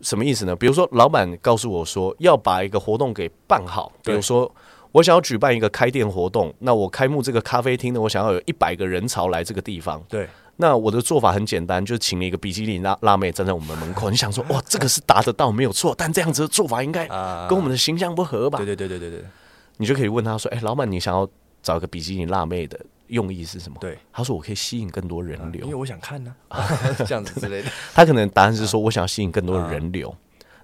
S1: 什么意思呢？比如说，老板告诉我说要把一个活动给办好，比
S2: 对
S1: 如说我想要举办一个开店活动，那我开幕这个咖啡厅呢，我想要有一百个人潮来这个地方。
S2: 对，
S1: 那我的做法很简单，就请了一个比基尼辣辣妹站在我们门口。你想说，哇，这个是达得到没有错，但这样子的做法应该
S2: 啊
S1: 跟我们的形象不合吧
S2: 对？对对对对对
S1: 你就可以问他说：“哎、老板，你想要找一个比基尼辣妹的用意是什么？”
S2: 对，啊
S1: 他说：“我可以吸引更多人
S2: 因
S1: 流。
S2: 为我想看呢、 这样子之类的，
S1: 他可能答案是
S2: 啊
S1: 说：“我想要吸引更多的人流，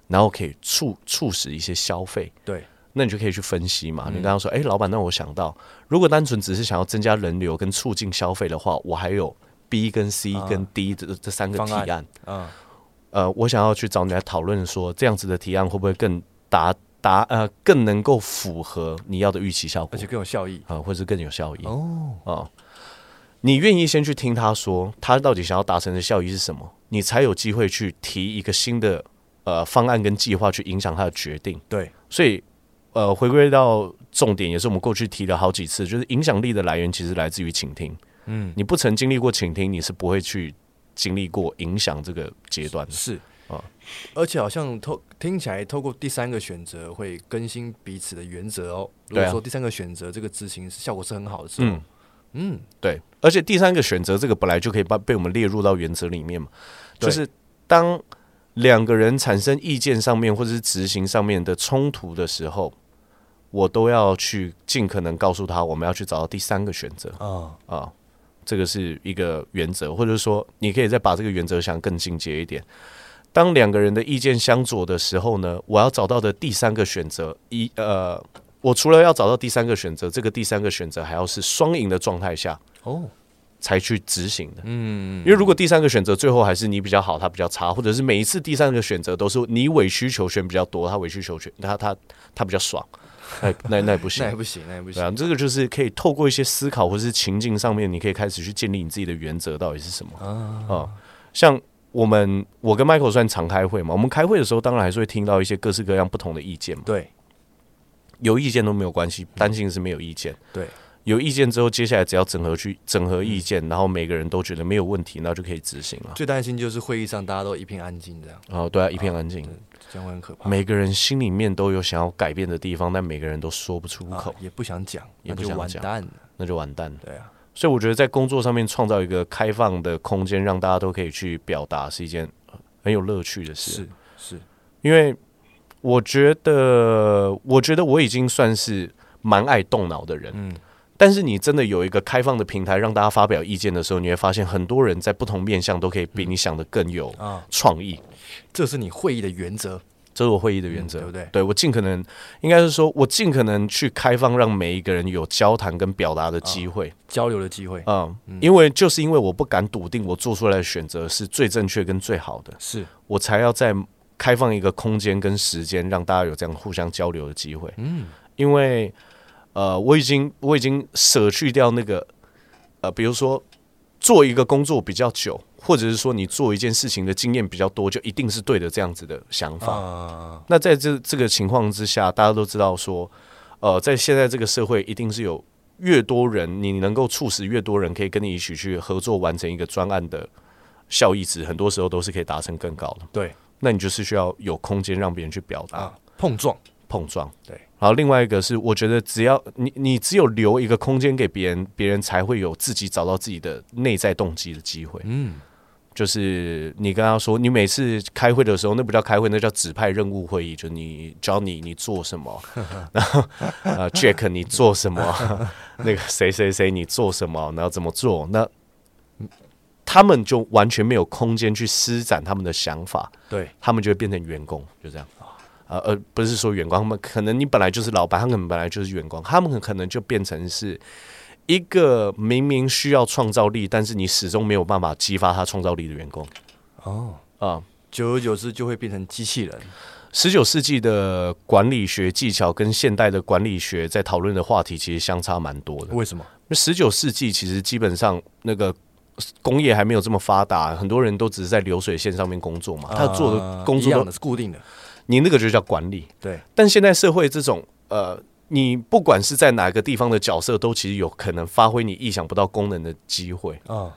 S1: 然后可以促促使一些消费。
S2: 对，”
S1: 那你就可以去分析嘛。你
S2: 嗯
S1: 刚刚说：“哎、老板，那我想到，如果单纯只是想要增加人流跟促进消费的话，我还有 B 跟 C 跟 D 这、这三个
S2: 啊方
S1: 提
S2: 案
S1: 案。
S2: 嗯，
S1: 呃，我想要去找你来讨论说，这样子的提案会不会更达达呃更能够符合你要的预期效果
S2: 而？”且更有效益
S1: 啊，或是更有效益。
S2: 哦，
S1: 啊，你愿意先去听他说，他到底想要达成的效益是什么，你才有机会去提一个新的呃方案跟计划去影响他的决定。
S2: 对，
S1: 所以，呃，回归到重点，也是我们过去提了好几次，就是影响力的来源其实来自于倾听。
S2: 嗯，
S1: 你不曾经历过倾听，你是不会去经历过影响这个阶段的。
S2: 是
S1: 啊
S2: 而且好像透听起来，透过第三个选择会更新彼此的原则哦。如
S1: 对
S2: 果
S1: 啊
S2: 说第三个选择这个执行是效果是很好的时候，
S1: 嗯，
S2: 嗯，
S1: 对，而且第三个选择这个本来就可以把被我们列入到原则里面嘛，
S2: 对
S1: 就是当两个人产生意见上面或者是执行上面的冲突的时候，我都要去尽可能告诉他，我们要去找到第三个选择
S2: 啊、
S1: 啊，这个是一个原则，或者说你可以再把这个原则想更进阶一点。当两个人的意见相左的时候呢，我要找到的第三个选择，一呃，我除了要找到第三个选择，这个第三个选择还要是双赢的状态下，
S2: 哦，
S1: 才去执行的。嗯，因为如果第三个选择最后还是你比较好，他比较差，或者是每一次第三个选择都是你委曲求全比较多，他委曲求全，他他他比较 爽，那那那也不行
S2: 那也。不行，那也不
S1: 对
S2: 行，
S1: 啊，这个就是可以透过一些思考或是情境上面，你可以开始去建立你自己的原则到底是什么啊、嗯像我们，我跟 Michael 算常开会嘛，我们开会的时候当然还是会听到一些各式各样不同的意见嘛，
S2: 对啊
S1: 有意见都没有关系，担心是没有意见。
S2: 对，
S1: 有意见之后，接下来只要整合去整合意见，然后每个人都觉得没有问题，那就可以执行了。
S2: 最担心就是会议上大家都一片安静，这样
S1: 哦，对啊，一片安静，
S2: 这样会很可怕。
S1: 每个人心里面都有想要改变的地方，但每个人都说不出
S2: 啊
S1: 口，
S2: 也不想讲，
S1: 也
S2: 那
S1: 不
S2: 就
S1: 想
S2: 完
S1: 讲
S2: 蛋了。
S1: 那就完蛋了。
S2: 对啊，
S1: 所以我觉得在工作上面创造一个开放的空间，让大家都可以去表达，是一件很有乐趣的事。
S2: 是是，
S1: 因为我觉得，我觉得我已经算是蛮爱动脑的人。
S2: 嗯
S1: 但是你真的有一个开放的平台让大家发表意见的时候，你会发现很多人在不同面向都可以比你想的更有
S2: 嗯啊，
S1: 创意。
S2: 这是你会议的原则。
S1: 这是我会议的原则，
S2: 嗯对不对
S1: 我尽可能，应该是说我尽可能去开放，让每一个人有交谈跟表达的
S2: 啊
S1: 机会。
S2: 交流的机会
S1: 嗯，因为就是因为我不敢笃定我做出来的选择是最正确跟最好的，
S2: 是
S1: 我才要在开放一个空间跟时间，让大家有这样互相交流的机会。嗯，因为呃，我已经我已经舍去掉那个呃，比如说做一个工作比较久，或者是说你做一件事情的经验比较多，就一定是对的这样子的想法。
S2: 啊，
S1: 那在这这个情况之下，大家都知道说，呃，在现在这个社会，一定是有越多人，你能够促使越多人可以跟你一起去合作完成一个专案的效益值，很多时候都是可以达成更高的。
S2: 对，
S1: 那你就是需要有空间让别人去表达、
S2: 啊，碰撞，
S1: 碰撞。
S2: 对，
S1: 然后另外一个是，我觉得只要你你只有留一个空间给别人，别人才会有自己找到自己的内在动机的机会。
S2: 嗯，
S1: 就是你跟他说，你每次开会的时候，那不叫开会，那叫指派任务会议，就你教你你做什 么，然后呃 Jack 你做什 么，那个谁谁谁你做什么，然后怎么做，那他们就完全没有空间去施展他们的想法，
S2: 对，
S1: 他们就会变成员工，就这样。呃呃，不是说员工，他们可能你本来就是老板，他们可能本来就是员工，他们可能就变成是一个明明需要创造力，但是你始终没有办法激发他创造力的员工
S2: 哦，
S1: 啊。
S2: 久而久之就会变成机器人，
S1: 十九世纪的管理学技巧跟现代的管理学在讨论的话题其实相差蛮多的。
S2: 为什么？
S1: 十九世纪其实基本上那个工业还没有这么发达，很多人都只是在流水线上面工作嘛，他做的
S2: 啊
S1: 工
S2: 一
S1: 作
S2: 样
S1: 都
S2: 的是固定的，
S1: 你那个就叫管理。
S2: 对，
S1: 但现代社会这种呃，你不管是在哪个地方的角色，都其实有可能发挥你意想不到功能的机会。
S2: 啊，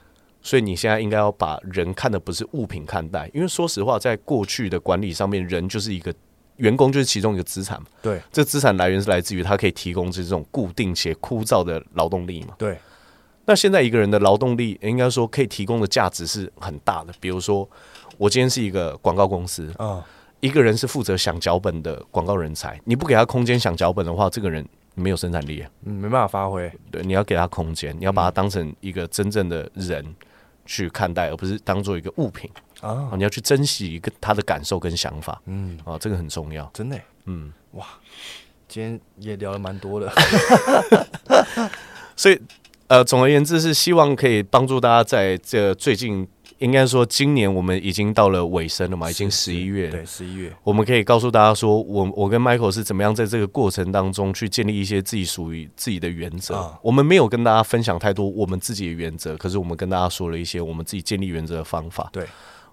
S1: 所以你现在应该要把人看的不是物品看待，因为说实话，在过去的管理上面，人就是一个员工，就是其中一个资产嘛。
S2: 对
S1: 这资产来源是来自于他可以提供这种固定且枯燥的劳动力嘛。
S2: 对，
S1: 那现在一个人的劳动力，应该说可以提供的价值是很大的。比如说，我今天是一个广告公司，
S2: 啊，
S1: 一个人是负责想脚本的广告人才，你不给他空间想脚本的话，这个人没有生产力啊。
S2: 嗯，没办法发挥，
S1: 对，你要给他空间，你要把他当成一个真正的人去看待，而不是当做一个物品
S2: 啊，
S1: 啊。你要去珍惜一个他的感受跟想法
S2: 嗯，
S1: 啊，这个很重要。
S2: 真的，
S1: 嗯，
S2: 哇，今天也聊了蛮多的，
S1: 所以呃，总而言之是希望可以帮助大家在这最近，应该说今年我们已经到了尾声了嘛，已经十一月了。
S2: 对，十一月，
S1: 我们可以告诉大家说，我我跟 Michael 是怎么样在这个过程当中去建立一些自己属于自己的原则。
S2: 啊
S1: 我们没有跟大家分享太多我们自己的原则，可是我们跟大家说了一些我们自己建立原则的方法。
S2: 对，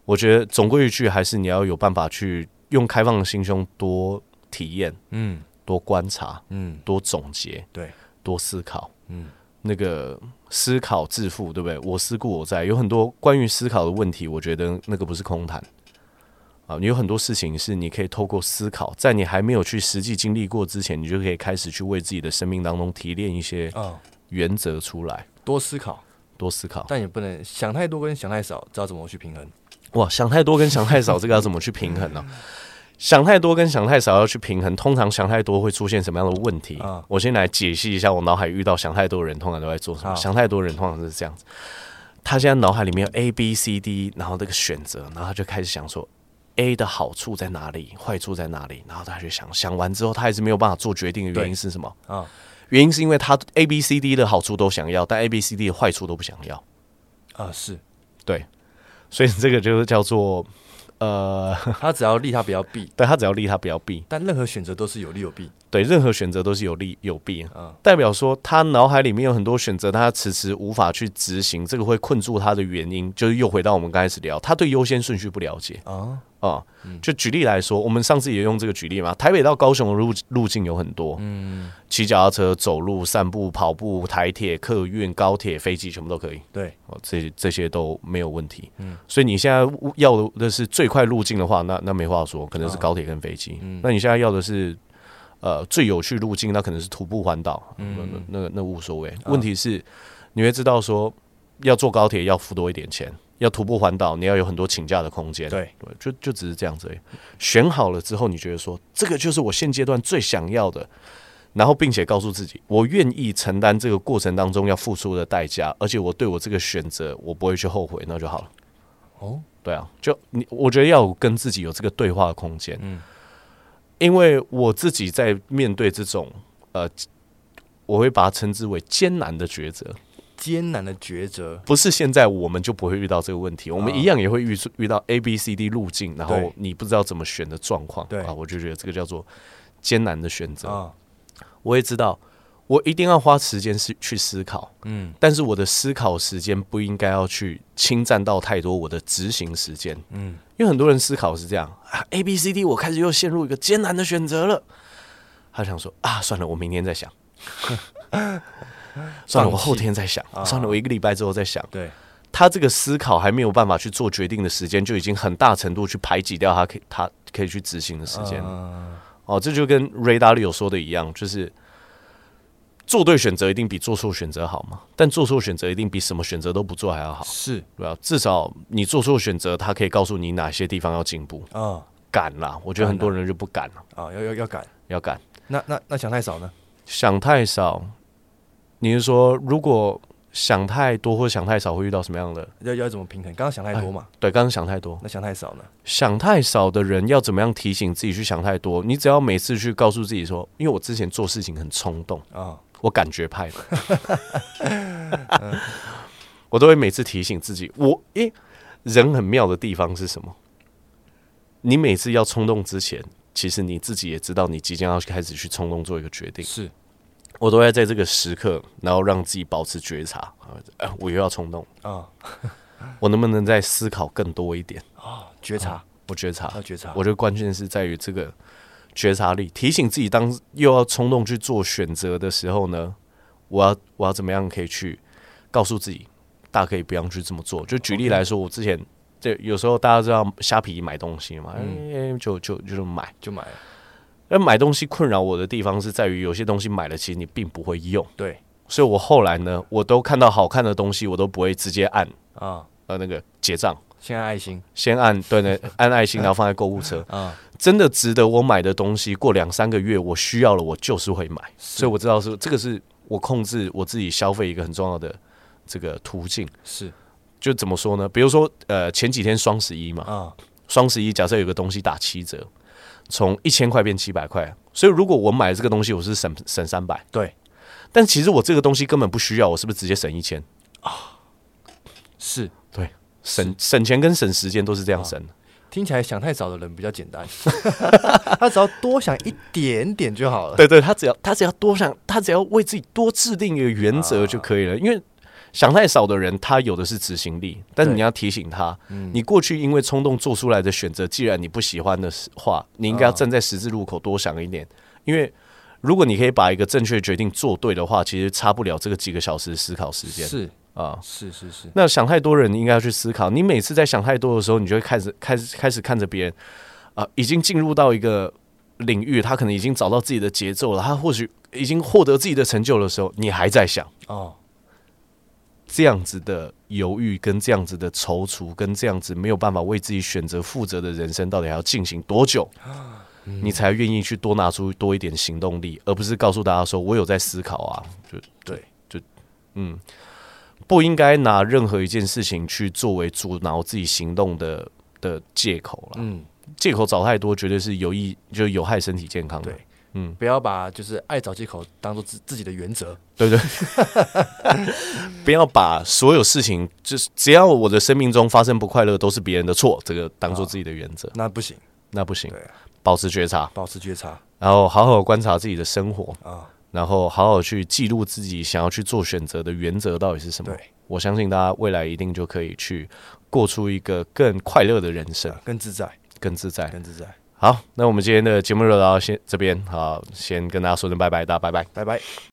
S1: 我觉得总归一句，还是你要有办法去用开放的心胸多体验、
S2: 嗯
S1: 多观察、
S2: 嗯，
S1: 多总结、
S2: 对，
S1: 多思考。
S2: 嗯
S1: 那个思考致富，对不对？我思故我在，有很多关于思考的问题，我觉得那个不是空谈啊。你有很多事情是你可以透过思考，在你还没有去实际经历过之前，你就可以开始去为自己的生命当中提炼一些
S2: 啊，
S1: 原则出来，
S2: 多思考，
S1: 多思考。
S2: 但也不能想太多跟想太少，知道怎么去平衡，
S1: 哇，想太多跟想太少，这个要怎么去平衡呢、想太多跟想太少要去平衡，通常想太多会出现什么样的问题？
S2: 啊
S1: 我先来解析一下，我脑海遇到想太多的人通常都在做什么。
S2: 好
S1: 想太多的人通常是这样子，他现在脑海里面有 A、B、C、D，然后这个选择，然后他就开始想说 A 的好处在哪里，坏处在哪里，然后他就想，想完之后他还是没有办法做决定的原因
S2: 对
S1: 是什么？
S2: 啊，
S1: 原因是因为他 A、B、C、D 的好处都想要，但 A、B、C、D 的坏处都不想要。
S2: 啊，是
S1: 对，所以这个就是叫做呃。
S2: 他只要利，他不要弊，
S1: 对他只要利，他不要弊。
S2: 但任何选择都是有利有弊，
S1: 对，任何选择都是有利有弊。
S2: 嗯
S1: 代表说他脑海里面有很多选择，但他迟迟无法去执行，这个会困住他的原因，就是又回到我们刚开始聊，他对优先顺序不了解
S2: 啊，
S1: 啊、就举例来说，我们上次也用这个举例嘛，台北到高雄的路路径有很多，
S2: 嗯，
S1: 骑脚踏车、走路、散步、跑步、台铁、客运、高铁、飞机，全部都可以。
S2: 对，
S1: 哦，这这些都没有问题。嗯所以你现在要的是最快路径的话，那那没话说，可能是高铁跟飞机。那你现在要的是呃最有趣路径，那可能是徒步环岛。嗯，那那那无所谓。问题是你会知道说，要坐高铁要付多一点钱，要徒步环岛你要有很多请假的空间。
S2: 对，
S1: 就就只是这样子而已。选好了之后，你觉得说这个就是我现阶段最想要的，然后并且告诉自己，我愿意承担这个过程当中要付出的代价，而且我对我这个选择，我不会去后悔，那就好了。
S2: 哦，
S1: 对啊，就你，我觉得要有跟自己有这个对话的空间。嗯，因为我自己在面对这种呃，我会把它称之为艰难的抉择。
S2: 艰难的抉择，
S1: 不是现在我们就不会遇到这个问题，我们一样也会遇出遇到 A、B、C、D 路径，然后
S2: 啊对
S1: 你不知道怎么选的状况。
S2: 对
S1: 啊，我就觉得这个叫做艰难的选择。
S2: 啊，
S1: 我也知道，我一定要花时间是去思考，
S2: 嗯
S1: 但是我的思考时间不应该要去侵占到太多我的执行时间，
S2: 嗯，
S1: 因为很多人思考是这样啊，A、B、C、D，我开始又陷入一个艰难的选择了。他想说啊，算了，我明天再 想，算了，我后天再想，算了，我一个礼拜之后再想。
S2: 对，
S1: 他这个思考还没有办法去做决定的时间，就已经很大程度去排挤掉他可以他可以去执行的时间。
S2: 啊
S1: 哦，这就跟 Ray Dalio 说的一样，就是做对选择一定比做错选择好嘛，但做错选择一定比什么选择都不做还要好，
S2: 是
S1: 对吧、至少你做错选择，他可以告诉你哪些地方要进步。
S2: 啊
S1: 敢啦，我觉得很多人就不敢了，
S2: 啊，要要要改。
S1: 要敢。
S2: 那那那想太少呢？
S1: 想太少，你是说如果想太多或想太少会遇到什么样的？
S2: 要要怎么平衡？刚刚想太多嘛，
S1: 对，刚刚想太多，
S2: 那想太少呢？
S1: 想太少的人要怎么样提醒自己去想太多？你只要每次去告诉自己说，因为我之前做事情很冲动，
S2: 啊，
S1: 我感觉派的， 我都会每次提醒自己，我诶、人很妙的地方是什么？你每次要冲动之前，其实你自己也知道你即将要开始去冲动做一个决定。
S2: 是
S1: 我都会在这个时刻，然后让自己保持觉察。啊呃，我又要冲动，
S2: 啊，
S1: 我能不能再思考更多一点？
S2: 啊觉察
S1: 我觉察
S2: 要，觉察。
S1: 我觉得关键是在于这个觉察力，提醒自己当又要冲动去做选择的时候呢，我要我要怎么样可以去告诉自己，大可以不要去这么做。就举例来说，我之前这有时候大家知道虾皮买东西嘛，哎就就就买。
S2: 就买了，
S1: 那买东西困扰我的地方是在于，有些东西买了其实你并不会用。
S2: 对
S1: 所以我后来呢，我都看到好看的东西，我都不会直接按
S2: 啊，
S1: 呃那个结账，
S2: 现在爱心
S1: 先按对 呢，按爱心，然后放在购物车。
S2: 啊，
S1: 真的值得我买的东西，过两三个月我需要了，我就是会买。所以我知道是这个是我控制我自己消费一个很重要的这个途径。
S2: 是
S1: 就怎么说呢？比如说呃，前几天双十一嘛，
S2: 啊，
S1: 双十一假设有个东西打七折，从一千块变七百块，所以如果我买这个东西，我是省省三百。
S2: 对，
S1: 但其实我这个东西根本不需要，我是不是直接省一千？
S2: 是
S1: 省省钱跟省时间都是这样省的。
S2: 听起来想太少的人比较简单， 他只要多想一点点就好了。
S1: 哦对 对，他只要他只要多想，他只要为自己多制定一个原则就可以了。因为想太少的人，他有的是执行力，但
S2: 对
S1: 你要提醒他，你过去因为冲动做出来的选择，既然你不喜欢的话，你应该要站在十字路口多想一点，因为。如果你可以把一个正确的决定做对的话，其实差不了这个几个小时的思考时间
S2: 是
S1: 啊。
S2: 是是是，
S1: 那想太多人，你应该要去思考。你每次在想太多的时候，你就会开始开始开始看着别人，啊、已经进入到一个领域，他可能已经找到自己的节奏了，他或许已经获得自己的成就的时候，你还在想
S2: 哦，
S1: 这样子的犹豫，跟这样子的踌躇，跟这样子没有办法为自己选择负责的人生，到底还要进行多久？你才愿意去多拿出多一点行动力，而不是告诉大家说我有在思考啊，就
S2: 对，
S1: 不应该拿任何一件事情去作为阻挠自己行动的的借口了。
S2: 嗯，
S1: 借口找太多，绝对是有益，就有害身体健康的
S2: 对。不要把就是爱找借口当做自自己的原则。
S1: 对对不要把所有事情，就是只要我的生命中发生不快乐，都是别人的错，这个当做自己的原则，
S2: 那不行，
S1: 那不行
S2: 啊对。啊
S1: 保持觉察，
S2: 保持觉察
S1: 然后好好观察自己的生活，
S2: 啊，
S1: 然后好好去记录自己想要去做选择的原则到底是什么
S2: 对。
S1: 我相信大家未来一定就可以去过出一个更快乐的人生，
S2: 更自在，
S1: 更自在。
S2: 更自在。
S1: 好，那我们今天的节目就到先这边，好，先跟大家说声拜拜，大家拜拜。
S2: 拜拜。